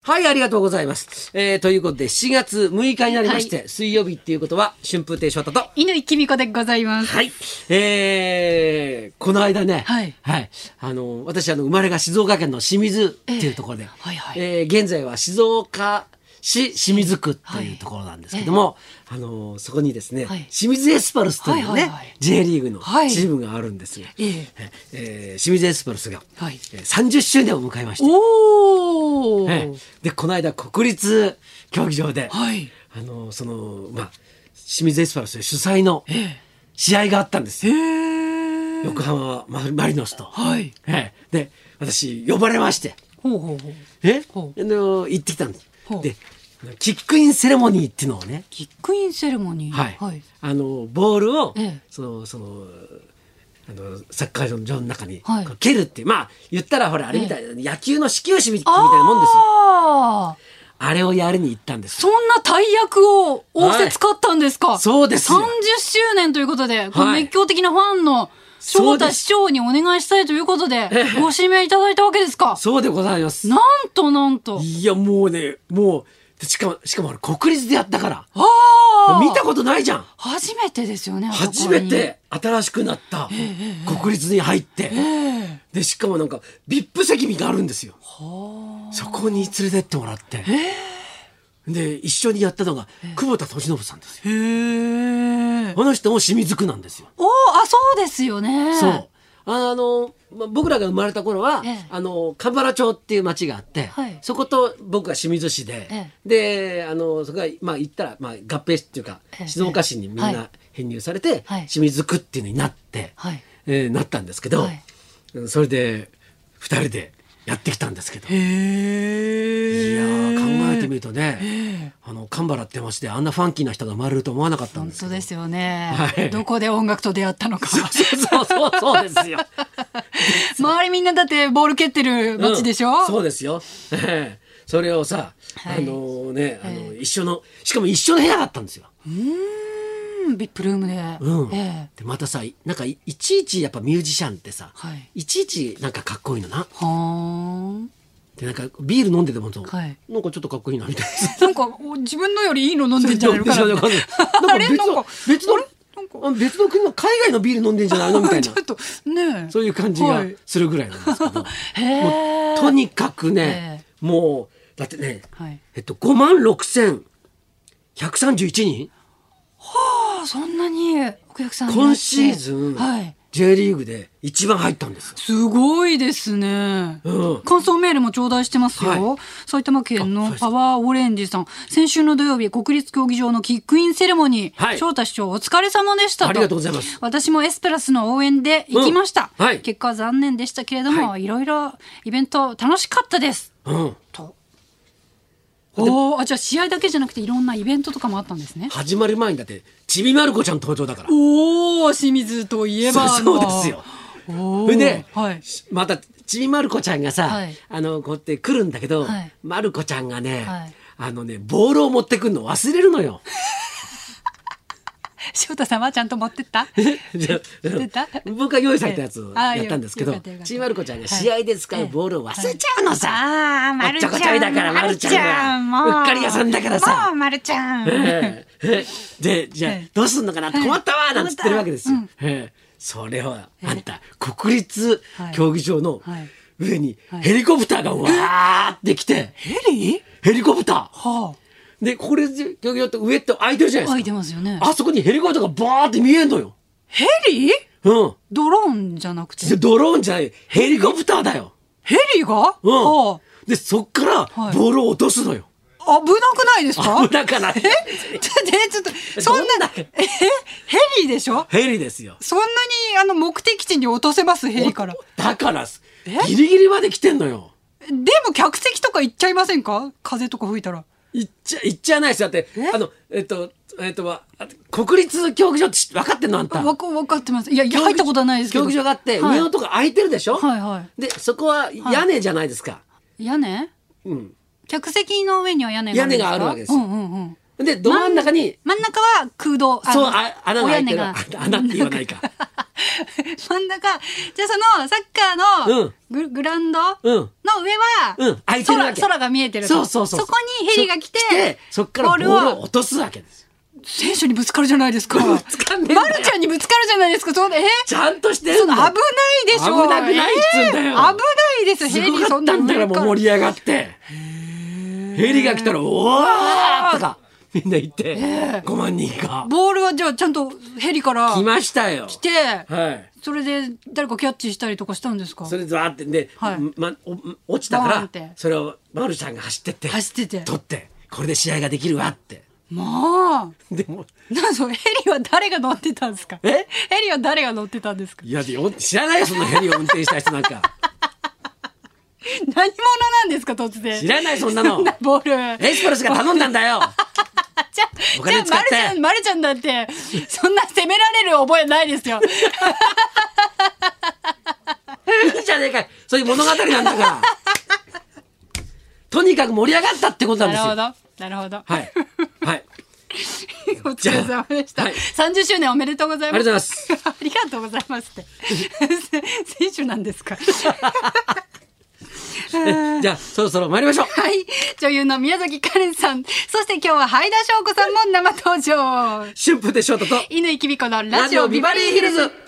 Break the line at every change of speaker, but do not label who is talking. はい、ありがとうございます。えー、ということで、7月6日になりまして、
は
水曜日っていうことは、春風亭昇太と、
乾きみこでございます。
はい、えー、この間ね、
はい
あの私あの生まれが静岡県の清水っていうところで、え
ええはいは
ー
い
現在は静岡市清水区というところなんですけども、あのそこにですね、
はい
清水エスパルスというね、
はいはいはい
J リーグの
はい
チームがあるんですよ。
ええ
えー清水エスパルスが、
はい
えー30周年を迎えまして、
おお、
ええでこの間国立競技場で、
はい。
あのそのまあ清水エスパルス主催の
ええ
試合があったんですよ。
え
横浜ママリノスと。
はい。
ええで私呼ばれまして
ほうほうほう。
えあ
ほう
の行ってきたんです
ほ。う
でキックインセレモニーっていうのをね、
キックインセレモニー。
はい
はい。
あのボールを、
ええ
そのそのあのサッカー場の中に、
はい
こう蹴るっていうまあ言ったらほらあれみたいな、野球の始球式みたい
あ
なもんですよ。
あー
あれをやりに行ったんです。
そんな大役を仰せ使ったんですか、
はいそうですよ
30周年ということで、こう
はい
熱狂的なファンの
そ
翔
うで
太
す
市長にお願いしたいということで
ええ、
ご指名いただいたわけですか
そうでございます。
なんとなんと。
いやもうねもうしかもしかもあれ国立でやったから
ああ
見たことないじゃん。
初めてですよね、あそこに
初め。て新しくなった国立に入って、
え
でしかもなんか VIP 席みたいなのあるんですよそこに連れてってもらって、で一緒にやったのが久保田利伸さんですよ
えへえ。
あの人も清水区なんですよ、
おーあそうですよね
そうあの、まあ、僕らが生まれた頃は、
ええ
あの蒲原町っていう町があって、
はい
そこと僕は清水市で、
え
であのそこがまあ行ったら、まあ、合併っていうか、
ええ
静岡市にみん
は
ない編入されて、
はい
清水区っていうのになって、
はい
えーなったんですけど、
はい
うんそれで2人でやってきたんですけど、
へ
いやー考えてみ
る
るとね、あの神原って町であんなファンキーな人が生まれると思わなかったん
本
ですけ
当
ど
ですよね、
はい
どこで音楽と出会ったの か
そうそうそうそうですよ。
周りみんなだってボール蹴ってる街でしょ、
うんそうですよ。 ええそれをさ、
はい
あのね、あの
え
一緒のしかも一緒の部屋だったんですよ。
うんビップルームで、
うん。
ええ
でまたさ、なんかいいちいちやっぱミュージシャンってさ、
はい
いちいちなんかかっこいいのな。
はーん
でなんかビール飲んでてもそう、
はい
なんかちょっとかっこいいなみたいな。
なんかお自分のよりいいの 飲んでんじゃないのかな
なんか
あれ
別
なん
の
か
別の
あれなんか
あ別の国の海外のビール飲んでんじゃないのみたい
ち
な
ょっとねえ
そういう感じが
はい
するぐらいなんですけ ど、
へえ
もうとにかくね、もうだってね、
はい
えっと5万6千131人
あそんなにお客さんいらっ
今
しゃ
シ
る
ーズン、
はい
J リーグで一番入ったんですよ。
すごいですね。
うん
感想メールも頂戴してますよ。
は
埼玉県
あそう
の
です
パワーオレンジさん。先週の土曜日、国立競技場のキックインセレモニー。
はい
翔太市長、お疲れ様でしたと。
ありがとうございます
私もエスペラスの応援で行きました。
うんはい
結果は残念でしたけれども、、
はい
ろいろイベント楽しかったです。
うん、
と。おお、あ、じゃあ試合だけじゃなくていろんなイベントとかもあったんですね。
始まる前にだってちびまる子ちゃん登場だから。
おお、清水といえばの
そうそうですよ。
おー
それで、
はい。
しまたちびまる子ちゃんがさ、
はい
あのこうやって来るんだけど、
はい
まる子ちゃんがね、
はい
あのねボールを持ってくるの忘れるの よ。
翔太さんはちゃんと持ってった
じゃ
た
あ 僕が用意されたやつを
ああ
やったんですけど
よかったよかった
ちびまる子ちゃんが試合で使うボールを忘れちゃうのさ。
ああ、まるちゃん。
おっちょこちょいだからまるちゃんは
まるちゃも
うっかり屋さんだからさ
もうまるちゃん。
ええ でじゃあ
ええ
どうすんのかな
はい
困ったわーなんつってるわけですよ
困っ。
ええそれはあんた国立競技場の
はいはい
上に
はい
ヘリコプターがわーって来て
ヘリ
ヘリコプター
は
で国立競技場って上って空いてるじゃ
あ。
ない
開
です
いて
か。
ますよね。
あそこにヘリコプターがバーって見えんのよ。
ヘリ
うん
ドローンじゃなくて。
で。ドローンじゃないヘリコプターだよ。
ヘリが
うん
は
でそっから
はい
ボールを落とすのよ。
あ。危なくないですか
危なくない
え ちょっと、えちょっと、そん
どん
な
な、
えヘリでしょ
ヘリですよ。
そんなに、あの、目的地に落とせますヘリから。
だからす
え
ギリギリまで来てんのよ。
でも客席とか行っちゃいませんか風とか吹いたら。
いっちゃいっちゃないですよだって
え
あのえっとえっとわあ国立競技場って知分かってんのあんた。
わか、わかってます。いや、いや入ったことはないですけど。
競技場があって、
はい
上のとこ空いてるでしょ。
はいはい
でそこは屋根じゃないですか。
屋根
うん。
客席の上には屋根があるんですか
屋根があるわけですよ
うんうんうん
でど真ん中に
真ん中は空洞
そう
の
あ穴が開いてるあ穴って言わないか。
真ん中、じゃあそのサッカー
う
の
ん
グ,、グラウンドの
う
上
ん
は、
うん空いてるわ
空
け
空が見えてると
そうそうそう
そこにヘリが来て
そそっからボールを落とすわけですよ
選手にぶつかるじゃないですか。
ぶつかんねえんだよ
まるちゃんにぶつかるじゃないですか。そうえ
ちゃんとして
そ
る
の
の
危ないでしょ。
危なくないっつうんだよ
えー危ないで
す
す。ヘリ
ごか
そ
っ
んな
たんだからもう盛り上がってヘリが来たら「おー!」とかみんな言って5万人か
ボールはじゃあちゃんとヘリから
来
来
ましたよ
て、
はい
それで誰かキャッチしたりとかしたんですか。
それでわーってで、
はい
ま、お落ちた
バーン
か
って
らそれをまるちゃんが走ってって
走ってて
取ってこれで試合ができるわって
まあ。
でも
なんそうヘリは誰が乗ってたんですか。
え
ヘリは誰が乗ってたんですか。
いやでよ知らないよそんなヘリを運転した人なん か
何者なんですか突然。
知らないそんなの
そんなボール。
エスパルスが頼んだんだよ
じゃ
お
あ、じゃ
金
あ、
使っ
まる
て
ちゃん、まるちゃんだって、そんな責められる覚えないですよ。
いいじゃねえかよそういう物語なんだからとにかく盛り上がったってことなんで
なる
すよ
ほど。なるほど。
はいはい
お疲れ様でした。
じゃあはい
30周年おめでとうございます。
ありがとうございます。
ありがとうございますって。 選手なんですか。
えじゃあそろそろ参りましょう
はい。女優の宮崎カレンさん、そして今日ははいだしょうこさんも生登場。
春風でショートと
犬井きび子のラジオビバリーヒルズ。